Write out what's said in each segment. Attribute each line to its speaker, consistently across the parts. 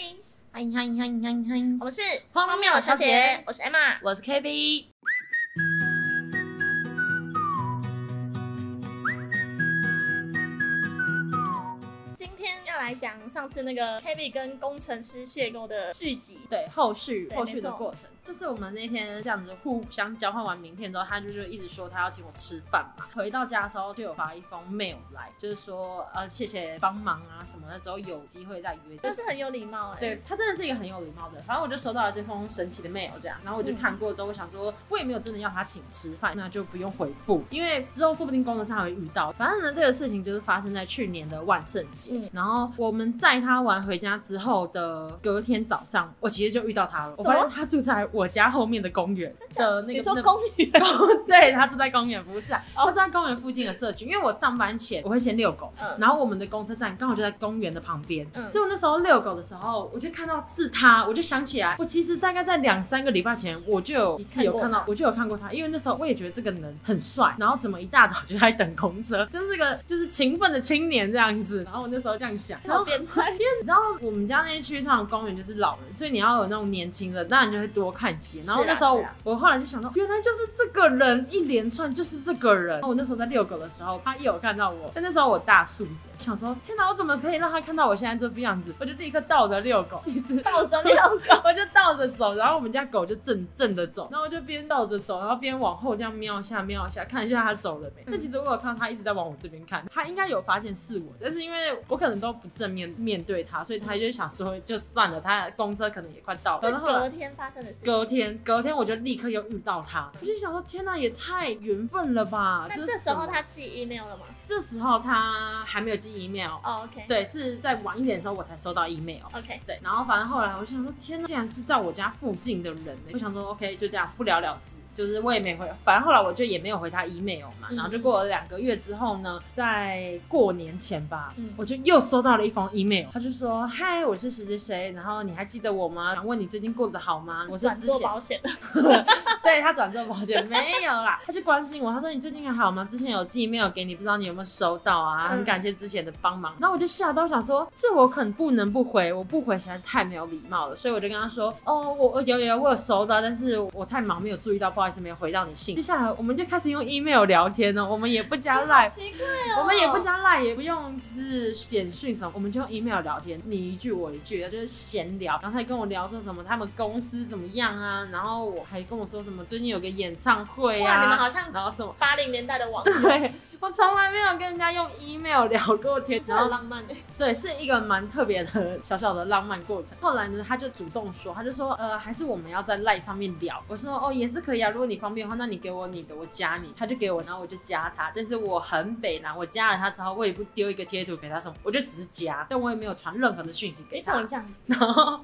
Speaker 1: 嗨嗨嗨嗨嗨！
Speaker 2: 我们是
Speaker 1: 荒谬小姐，
Speaker 2: 我是 Emma。
Speaker 1: 我是 KB。
Speaker 2: 今天要来讲上次那个 Kevin 跟工程师邂逅的续集。
Speaker 1: 对，后续
Speaker 2: 对
Speaker 1: 后续
Speaker 2: 没
Speaker 1: 的
Speaker 2: 错
Speaker 1: 过程，就是我们那天这样子互相交换完名片之后，他就就一直说他要请我吃饭嘛。回到家的时候就有发一封 mail 来，就是说呃谢谢帮忙啊什么的，之后有机会再约。
Speaker 2: 但是很有礼貌哎、
Speaker 1: 对，他真的是一个很有礼貌的。反正我就收到了这封神奇的 mail，这样，然后我就
Speaker 2: 嗯
Speaker 1: 看过之后，我想说，我也没有真的要他请吃饭，那就不用回复，因为之后说不定工作上还会遇到。反正呢，这个事情就是发生在去年的万圣节，
Speaker 2: 嗯
Speaker 1: 然后我们载他玩回家之后的隔天早上，我其实就遇到他了。
Speaker 2: 什
Speaker 1: 我
Speaker 2: 么
Speaker 1: 发现他住在我家后面的公园的那个
Speaker 2: 你说
Speaker 1: 那
Speaker 2: 公寓
Speaker 1: 对他住在公园，不是、啊，
Speaker 2: 哦
Speaker 1: 我住在公园附近的社区，因为我上班前我会先遛狗，
Speaker 2: 嗯
Speaker 1: 然后我们的公车站刚好就在公园的旁边，
Speaker 2: 嗯
Speaker 1: 所以我那时候遛狗的时候，我就看到是他，我就想起来，我其实大概在两三个礼拜前我就有一次有看
Speaker 2: 看过
Speaker 1: 到，我就有看过他，因为那时候我也觉得这个人很帅，然后怎么一大早就在等公车，真是个就是勤奋的青年这样子，然后我那时候这样想，然
Speaker 2: 好
Speaker 1: 后
Speaker 2: 变态，
Speaker 1: 你知道我们家那一区通常公园就是老人，所以你要有那种年轻的，当然就会多看几眼。
Speaker 2: 是啊
Speaker 1: 然后那时候、
Speaker 2: 是啊
Speaker 1: 我后来就想到，原来就是这个人，一连串就是这个人。然后我那时候在遛狗的时候，他一有看到我，但那时候我大素颜，想说天哪，我怎么可以让他看到我现在这副样子？我就立刻倒着遛狗，其实
Speaker 2: 到时候遛狗。
Speaker 1: 我就倒着走，然后我们家狗就正正的走，然后我就边倒着走，然后边往后这样瞄一下瞄一下，看一下它走了没。
Speaker 2: 嗯
Speaker 1: 但其实我有看到它一直在往我这边看，它应该有发现是我，但是因为我可能都不正面面对它，所以它就想说就算了，它公车可能也快到了。
Speaker 2: 这
Speaker 1: 然后后
Speaker 2: 隔
Speaker 1: 来
Speaker 2: 天发生的事情。
Speaker 1: 隔天，隔天我就立刻又遇到它，我就想说天哪，也太缘分了吧！
Speaker 2: 那
Speaker 1: 是
Speaker 2: 这时候
Speaker 1: 什么
Speaker 2: 他寄 email 了吗、
Speaker 1: 这时候它还没有寄 email，
Speaker 2: 哦 o k
Speaker 1: 对，是在晚一点的时候我才收到 email。
Speaker 2: ，OK，
Speaker 1: 对，然后反正后来我想说，天呐，竟然是在我家附近的人呢、我想说，OK，就这样不了了之，就是我也没回，反正后来我就也没有回他 email 嘛。
Speaker 2: 嗯
Speaker 1: 然后就过了两个月之后呢，在过年前吧，
Speaker 2: 嗯
Speaker 1: 我就又收到了一封 email，他就说，嗨，我是谁谁谁，然后你还记得我吗？想问你最近过得好吗？我是
Speaker 2: 转
Speaker 1: 之
Speaker 2: 做
Speaker 1: 前
Speaker 2: 保险的，
Speaker 1: 对他转做保险没有啦，他就关心我，他说你最近还好吗？之前有寄 email 给你，不知道你有没有收到啊？
Speaker 2: 嗯
Speaker 1: 很感谢之前的帮忙。然后我就吓到，我想说这我可能不能不回，我不回实在是太没有礼貌了，所以我就跟他说，哦，我我有有有我有收到，但是我太忙没有注意到，不好意思没有回到你信。接下来我们就开始用 email 聊天了，我们也 不加 line，
Speaker 2: 奇怪哦。
Speaker 1: 哎 我们也不加 line，也不用就是简讯什么，我们就用 email 聊天，你一句我一句，就是闲聊。然后他跟我聊说什么他们公司怎么样啊，然后我还跟我说什么最近有个演唱会
Speaker 2: 哇，你们
Speaker 1: 啊，
Speaker 2: 好像
Speaker 1: 然后什么，
Speaker 2: 八零年代的网友，
Speaker 1: 对我从来没有跟人家用 email 聊过天，
Speaker 2: 是
Speaker 1: 然后
Speaker 2: 很浪漫的。哎
Speaker 1: 对，是一个蛮特别的小小的浪漫过程。后来呢，他就主动说，他就说，呃，还是我们要在赖上面聊。我说，哦，也是可以啊，如果你方便的话，那你给我你的，我加你。他就给我，然后我就加他。但是我很北南，我加了他之后，我也不丢一个贴图给他什么，我就只是加，但我也没有传任何的讯息给
Speaker 2: 你怎么
Speaker 1: 他。
Speaker 2: 这样子？
Speaker 1: 然后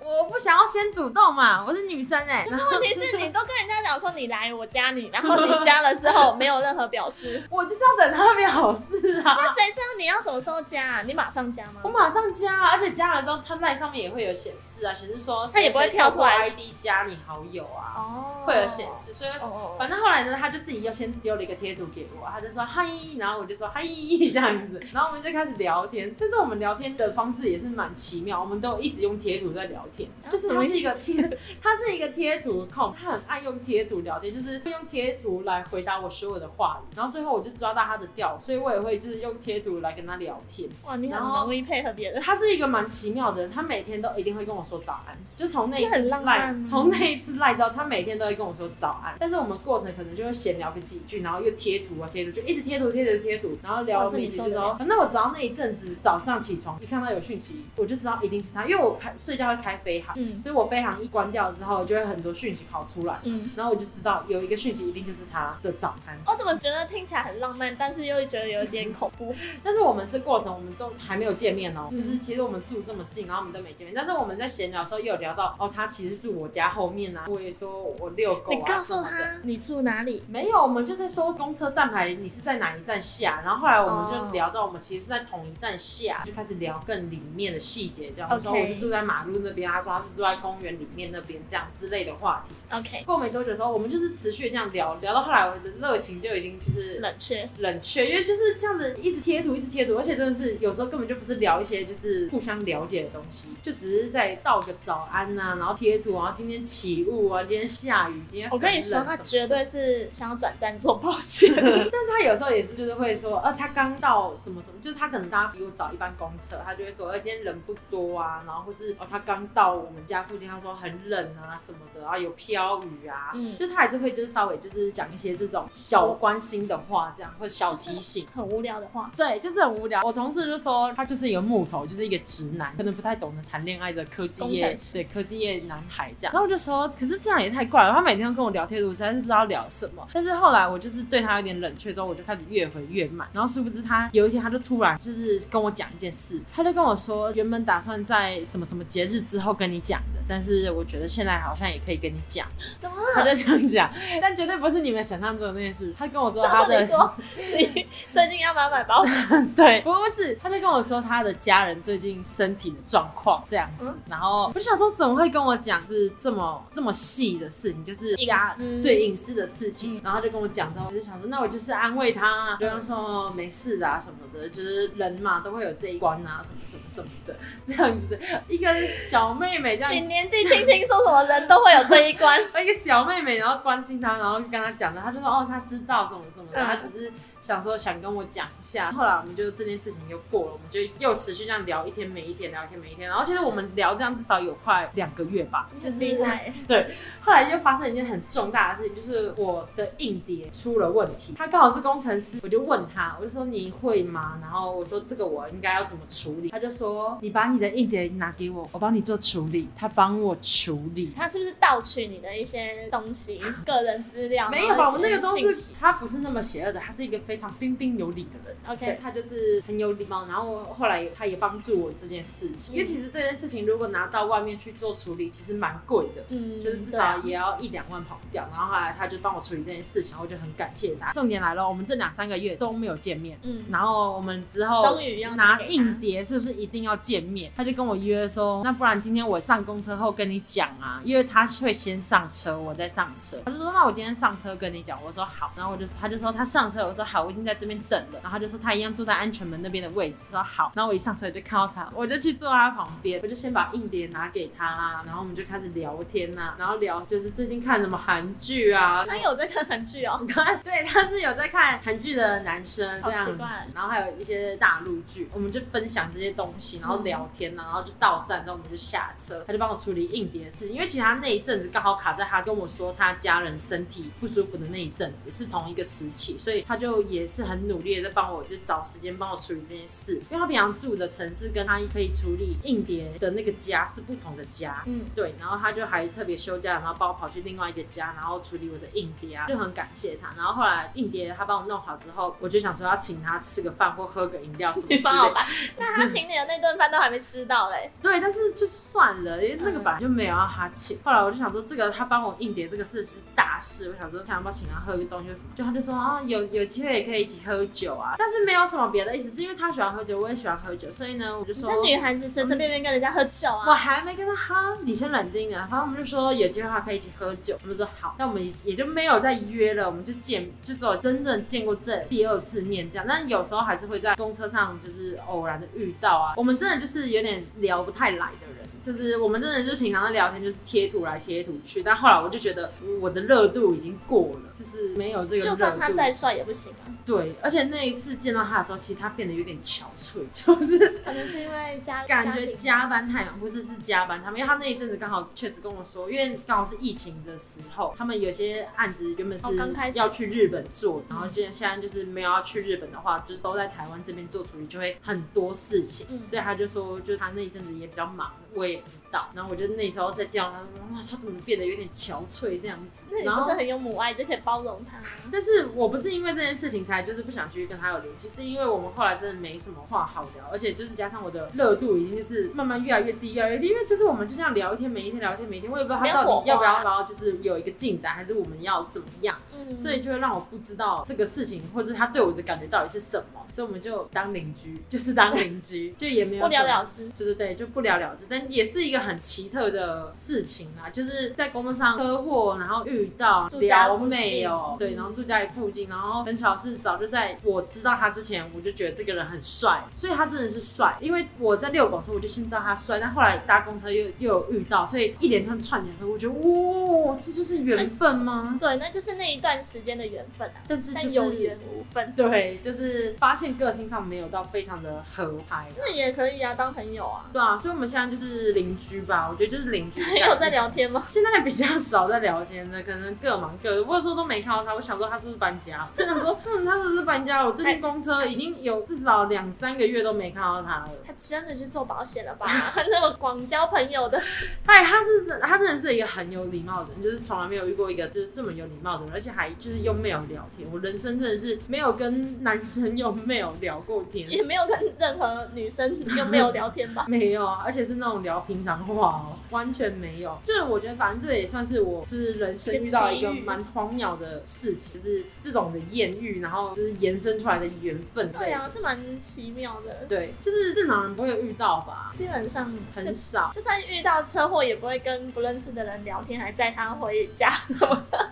Speaker 1: 我不想要先主动嘛，我是女生哎、
Speaker 2: 可
Speaker 1: 然
Speaker 2: 是
Speaker 1: 后
Speaker 2: 问题是你都跟人家讲说你来我加你，然后你加了之 后没有任何表示，
Speaker 1: 我就是要等他表示 啊。
Speaker 2: 那谁知道你要什么时候加、啊？你马上加吗
Speaker 1: 我？马上加啊，而且加了之后，它赖上面也会有显示啊，显示说
Speaker 2: 它也不会跳出来
Speaker 1: 谁谁透过 ID 加你好友啊，
Speaker 2: 哦
Speaker 1: 会有显。示。所以
Speaker 2: 哦哦哦
Speaker 1: 反正后来呢，他就自己又先丢了一个贴图给我，他就说嗨，然后我就说嗨这样子，然后我们就开始聊天。但是我们聊天的方式也是蛮奇妙，我们都一直用贴图在聊天，
Speaker 2: 啊
Speaker 1: 就
Speaker 2: 什
Speaker 1: 是他
Speaker 2: 么
Speaker 1: 是一个
Speaker 2: 意思
Speaker 1: 贴，他是一个贴图控，他很爱用贴图聊天，就是会用贴图来回答我所有的话语。然后最后我就抓到他的调，所以我也会就是用贴图来跟他聊天。
Speaker 2: 哇，你很
Speaker 1: 然后
Speaker 2: 容易配合别人，
Speaker 1: 他是一个蛮奇妙的人，他每天都一定会跟我说早安，就从那一
Speaker 2: 那
Speaker 1: 次
Speaker 2: 很浪
Speaker 1: 赖
Speaker 2: 漫，啊
Speaker 1: 从那一次赖之后，他每天都会跟我说早安。但是我们过程可能就会闲聊个几句，然后又贴图啊贴图，就一直贴图贴图贴图，然后聊
Speaker 2: 哇
Speaker 1: 了
Speaker 2: 这你
Speaker 1: 没几
Speaker 2: 受
Speaker 1: 句
Speaker 2: 得
Speaker 1: 之后，反正我只要那一阵子早上起床一看到有讯息，我就知道一定是他，因为我开睡觉会开飞行，
Speaker 2: 嗯
Speaker 1: 所以我飞行一关掉之后，就会很多讯息跑出来，
Speaker 2: 嗯。
Speaker 1: 然后我就知道有一个讯息一定就是他的早安。
Speaker 2: 哦我怎么觉得听起来很浪漫，但是又觉得有点恐怖？
Speaker 1: 但是我们这过程我们都还没有见面哦、
Speaker 2: 嗯
Speaker 1: 就是其实我们住这么近，然后我们都没见面。但是我们在闲聊的时候也有聊到，哦，他其实住我家后面啊，我也说我遛狗、啊，
Speaker 2: 你告诉
Speaker 1: 什么的。
Speaker 2: 他你住哪里，
Speaker 1: 没有，我们就在说公车站牌，你是在哪一站下？然后后来我们
Speaker 2: 哦
Speaker 1: 就聊到，我们其实是在同一站下，就开始聊更里面的细节，这样。我
Speaker 2: OK
Speaker 1: 说我是住在马路那边，他说他是住在公园里面那边，这样之类的话题。
Speaker 2: ，OK，
Speaker 1: 过没多久的时候，我们就是持续这样聊，聊到后来我的热情就已经就是
Speaker 2: 冷却。缺。
Speaker 1: 冷却，因为就是这样子一直贴图，一直贴图，而且真的是有时候根本就不是聊一些就是互相了解的东西，就只是在道个早安呐、然后贴图，然啊后今天起雾啊，今天下雨，啊今天
Speaker 2: 我跟你
Speaker 1: 很
Speaker 2: 说，
Speaker 1: 冷
Speaker 2: 他
Speaker 1: 什么
Speaker 2: 绝对是想要转战做保 险。
Speaker 1: 但是他有时候也是就是会说，呃，他刚到什么什么，就是他可能大家比我早一班公车，他就会说，呃，今天人不多啊，然后或是哦，他刚到我们家附近，他说很冷啊什么的，啊有飘雨啊，
Speaker 2: 嗯
Speaker 1: 就他还是会就是稍微就是讲一些这种小关心的话，这样或者小提醒。
Speaker 2: 很无聊的话，
Speaker 1: 对，就是很无聊。我同事就说他就是一个木头，就是一个直男，可能不太懂得谈恋爱的科技
Speaker 2: 工
Speaker 1: 业
Speaker 2: 程，师
Speaker 1: 对科技业男孩这样。然后我就说，可是这样也太怪了。他每天都跟我聊天，我实在是不知道聊什么。但是后来我就是对他有点冷却，之后我就开始越回越慢。然后殊不知他有一天他就突然就是跟我讲一件事，他就跟我说，原本打算在什么什么节日之后跟你讲的，但是我觉得现在好像也可以跟你讲。
Speaker 2: 怎么
Speaker 1: 他
Speaker 2: 了？
Speaker 1: 就这样讲，但绝对不是你们想象中的那件事。他跟我说
Speaker 2: 那
Speaker 1: 他
Speaker 2: 我跟
Speaker 1: 的
Speaker 2: 你说，你最近要不要买保险？
Speaker 1: 对，不是，他就跟我说他的家人最近身体的状况这样子，
Speaker 2: 嗯
Speaker 1: 然后我就想说怎么会跟我讲是这么这么细的事情，就是
Speaker 2: 隐
Speaker 1: 家
Speaker 2: 私
Speaker 1: 对隐私的事情，
Speaker 2: 嗯
Speaker 1: 然后他就跟我讲之后，我就想说那我就是安慰他、啊，就跟他说没事啊什么的，就是人嘛都会有这一关啊什么什么什么的这样子，一个小妹妹这样
Speaker 2: 你年纪轻轻说什么人都会有这一关。
Speaker 1: 一个小妹妹，然后关心她，然后就跟她讲的，她就说哦，她知道什么什么的，
Speaker 2: 嗯
Speaker 1: 她只是想说想跟我讲一下。后来我们就这件事情又过了，我们就又持续这样聊一天没一天，聊一天没一天。然后其实我们聊这样至少有快两个月吧， 就
Speaker 2: 很
Speaker 1: 是
Speaker 2: 厉害，
Speaker 1: 后来就发生一件很重大的事情，就是我的硬碟出了问题。他刚好是工程师，我就问他，我就说你会吗？然后我说这个我应该要怎么处理？他就说你把你的硬碟拿给我，我帮你做处理。他帮我处理，
Speaker 2: 他是不是盗取你的一些东西、个人资料？
Speaker 1: 没有吧？
Speaker 2: 然
Speaker 1: 我
Speaker 2: 后
Speaker 1: 那
Speaker 2: 一些
Speaker 1: 个东
Speaker 2: 信
Speaker 1: 西
Speaker 2: 息
Speaker 1: 他不是那么邪恶的，他是一个非常彬彬有礼的人。对
Speaker 2: OK，
Speaker 1: 他就是很有礼貌，然后后来他也帮助我这件事情，
Speaker 2: 嗯
Speaker 1: 因为其实这件事情如果拿到外面去做处理，其实蛮贵的，
Speaker 2: 嗯，
Speaker 1: 就是至
Speaker 2: 对啊
Speaker 1: 少也要一两万跑不掉。然后后来他就帮我处理这件事情，然后我就很感谢他。重点来了，我们这两三个月都没有见面，
Speaker 2: 嗯，
Speaker 1: 然后我们之后
Speaker 2: 终于要
Speaker 1: 拿
Speaker 2: 给他
Speaker 1: 硬碟是不是一定要见面？他就跟我约说，那不然今天我上公车后跟你讲啊，因为他会先上车，我再上车。他就说，那我今天上车跟你讲。我说好，然后我就他就说他上车，我说好，我已经在这边等了。然后他就说他一样坐在安全门那边的位置，说好。然后我一上车就看到他，我就去坐他旁边，我就先把硬碟拿给他啊，然后我们就开始聊天呐、然后聊就是最近看什么韩剧啊，
Speaker 2: 他有在看韩剧 哦，
Speaker 1: 对，他是有在看韩剧的男生这样
Speaker 2: 好
Speaker 1: 子
Speaker 2: 奇怪，
Speaker 1: 然后还有一些大陆剧，我们就分享这些东西，
Speaker 2: 嗯
Speaker 1: 然后聊天啊呐、然后就到站，然后我们就下车，他就帮我处理硬碟的事情，因为其实他那一阵子刚好卡在他跟我说他家人身体不舒服的那一阵子是同一个时期，所以他就也是很努力的在帮我，就找时间帮我处理这件事，因为他平常住的城市跟他可以处理硬碟的那个家是不同的家，
Speaker 2: 嗯，
Speaker 1: 对，然后他就还特别休假，然后帮我跑去另外一个家，然后处理我的硬碟啊，就很感谢他。然后后来硬碟他帮我弄好之后，我就想说要请他吃个饭或喝个饮料什么之类
Speaker 2: 你帮我
Speaker 1: 的。
Speaker 2: 吧。那他请你的那顿饭都还没吃到嘞，
Speaker 1: 对，但是就算了，因为那个本来就没有让他请。后来我就想说，这个他帮我硬碟这个事是大事，我想说看要不要请他喝个东西或什么。就他就说啊，有有机会也可以一起喝酒啊，但是没有什么别的意思，是因为他喜欢喝酒，我也喜欢喝酒，所以呢，我就
Speaker 2: 你
Speaker 1: 说
Speaker 2: 这女孩子随
Speaker 1: 嗯
Speaker 2: 随便便跟人家喝酒
Speaker 1: 我
Speaker 2: 啊，
Speaker 1: 还没跟他喝，你先冷静一点。反正我们就说有机会的话可以一起喝酒，我们就说好，那我们也就没有再约了，我们就见，就只有真正见过这第二次面这样。但有时候还是会在公车上就是偶然的遇到啊。我们真的就是有点聊不太来的人，就是我们真的就是平常的聊天就是贴图来贴图去，但后来我就觉得嗯我的热度已经过了，就是没有这个热度。
Speaker 2: 就算他再帅也不行啊，
Speaker 1: 对，而且那一次见到他的时候，其实他变得有点憔悴，就是
Speaker 2: 可能是因为家
Speaker 1: 感觉
Speaker 2: 家啊
Speaker 1: 加班太忙，不是是加班他们，因为他那一阵子刚好确实跟我说，因为刚好是疫情的时候，他们有些案子原本
Speaker 2: 哦刚开
Speaker 1: 是
Speaker 2: 始
Speaker 1: 要去日本做，然后现在现在就是没有要去日本的话，就是都在台湾这边做处理，就会很多事情，
Speaker 2: 嗯
Speaker 1: 所以他就说，就他那一阵子也比较忙，我也知道，然后我就那时候在叫他，哇，他怎么变得有点憔悴这样子
Speaker 2: 庭，那，你
Speaker 1: 然
Speaker 2: 不
Speaker 1: 后
Speaker 2: 是很有母爱，就可以包容他啊。
Speaker 1: 但是我不是因为这件事情才就是不想继续跟他有联系，是因为我们后来真的没什么话好聊，而且就是加上我的热度已经就是慢慢越来越低，越来越低，因为就是我们就像聊一天没一天，聊一天没一天，我也不知道他
Speaker 2: 没有
Speaker 1: 到
Speaker 2: 火
Speaker 1: 底
Speaker 2: 花
Speaker 1: 要不要，然后就是有一个进展，还是我们要怎么样，
Speaker 2: 嗯，
Speaker 1: 所以就会让我不知道这个事情或是他对我的感觉到底是什么，所以我们就当邻居，就是当邻居，就也没有
Speaker 2: 不了
Speaker 1: 什么
Speaker 2: 了之。
Speaker 1: 就是对，就不了了之，但也是一个很奇特的事情啦，就是在工作上车祸，然后遇到
Speaker 2: 住家
Speaker 1: 聊
Speaker 2: 附近
Speaker 1: 美哦，对，
Speaker 2: 嗯
Speaker 1: 然后住家里附近，然后很巧是早就在我知道他之前，我就觉得这个人很帅，所以他真的是帅，因为我在遛狗的时候我就先知道他帅，但后来搭公车又又有遇到，所以一连串串联的时候，我觉得哇、这就是缘分吗？
Speaker 2: 对，那就是那一段时间的缘分啊，
Speaker 1: 但是就
Speaker 2: 但
Speaker 1: 是
Speaker 2: 有缘无分。
Speaker 1: 对，就是发现个性上没有到非常的合拍。
Speaker 2: 那也可以啊，当朋友啊。
Speaker 1: 对啊，所以我们现在就是邻居吧，我觉得就是邻居的感觉。
Speaker 2: 有在聊天吗？
Speaker 1: 现在比较少在聊天了，可能各忙各的。我有时候都没看到他，我想说他是不是搬家了？我 想说，嗯，他是不是搬家了？我最近公车已经有至少两三个月都没看到他了。
Speaker 2: 他真的去做保险了吧？ 那么广交朋友的，
Speaker 1: 哎，他是他真的是一个很有礼貌的人，就是从来没有遇过一个就是这么有礼貌的人，而且还就是用 mail 聊天。我人生真的是没有跟男生用 mail 聊过天，？
Speaker 2: 也没有跟任何女生又没有聊天吧
Speaker 1: 没有啊，而且是那种聊平常话哦，完全没有。就是我觉得，反正这也算是我就是人生遇到一个蛮荒谬的事情，就是这种的艳遇，然后就是延伸出来的缘分。
Speaker 2: 对啊，是蛮奇妙的。
Speaker 1: 对，就是正常人不会遇到吧，
Speaker 2: 基本上
Speaker 1: 很
Speaker 2: 是，
Speaker 1: 少。
Speaker 2: 就算遇到车祸，也不会跟不认识的人聊天，还载他回 家什么的。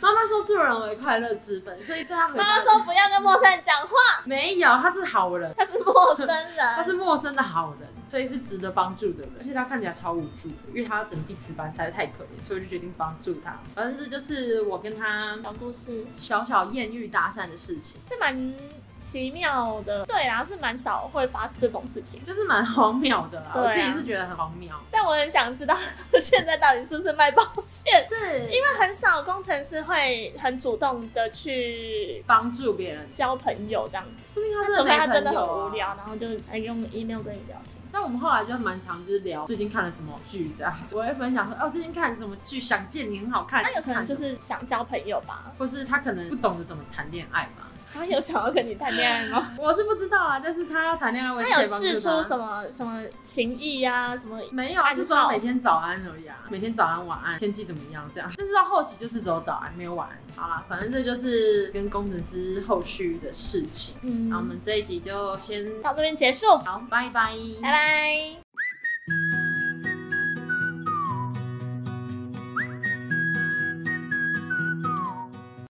Speaker 1: 妈妈说助人为快乐之本，所以在他回
Speaker 2: 妈
Speaker 1: 答
Speaker 2: 妈说不要跟陌生人讲话，
Speaker 1: 没有，他是好人。
Speaker 2: 他是陌生
Speaker 1: 他
Speaker 2: 人。
Speaker 1: 是陌生的好人，所以是值得帮助的人，而且他看起来超无助的，因为他要等第四班实在太可怜，所以我就决定帮助他。反正这就是我跟他
Speaker 2: 小故事
Speaker 1: 小小艳遇搭讪的事情，
Speaker 2: 是蛮奇妙的，对啦，是蛮少会发生这种事情。
Speaker 1: 就是蛮荒谬的啦。
Speaker 2: 对啊
Speaker 1: 我自己是觉得很荒谬。
Speaker 2: 但我很想知道 现在到底是不是卖保险，
Speaker 1: 是
Speaker 2: 因为很少工程师会很主动的去
Speaker 1: 帮助别人，
Speaker 2: 交朋友这样子。
Speaker 1: 说明他
Speaker 2: 那
Speaker 1: 真
Speaker 2: 除
Speaker 1: 的
Speaker 2: 非
Speaker 1: 没
Speaker 2: 他真的
Speaker 1: 朋友、
Speaker 2: 很
Speaker 1: 啊、
Speaker 2: 无聊，。然后就来用 email 跟你聊天。
Speaker 1: 但我们后来就蛮常就是聊最近看了什么剧这样子，我会分享说哦最近看什么剧，想见你很好看。
Speaker 2: 他有可能就
Speaker 1: 看什么，
Speaker 2: 是想交朋友吧？
Speaker 1: 或是他可能不懂得怎么谈恋爱嘛，
Speaker 2: 他有想要跟你谈恋爱吗？
Speaker 1: 我是不知道啊。但是他要谈恋爱，我也是
Speaker 2: 他有
Speaker 1: 可以帮助
Speaker 2: 试出
Speaker 1: 他
Speaker 2: 什么什么情谊呀、什么
Speaker 1: 没有啊，
Speaker 2: 暗
Speaker 1: 就只有
Speaker 2: 号
Speaker 1: 每天早安而已啊，每天早安晚安，天气怎么样这样。但是到后期就是只有早安，没有晚安。好啦，反正这就是跟工程师后续的事情。那我
Speaker 2: 嗯，
Speaker 1: 们这一集就先
Speaker 2: 到这边结束，
Speaker 1: 好，拜拜，
Speaker 2: 拜拜。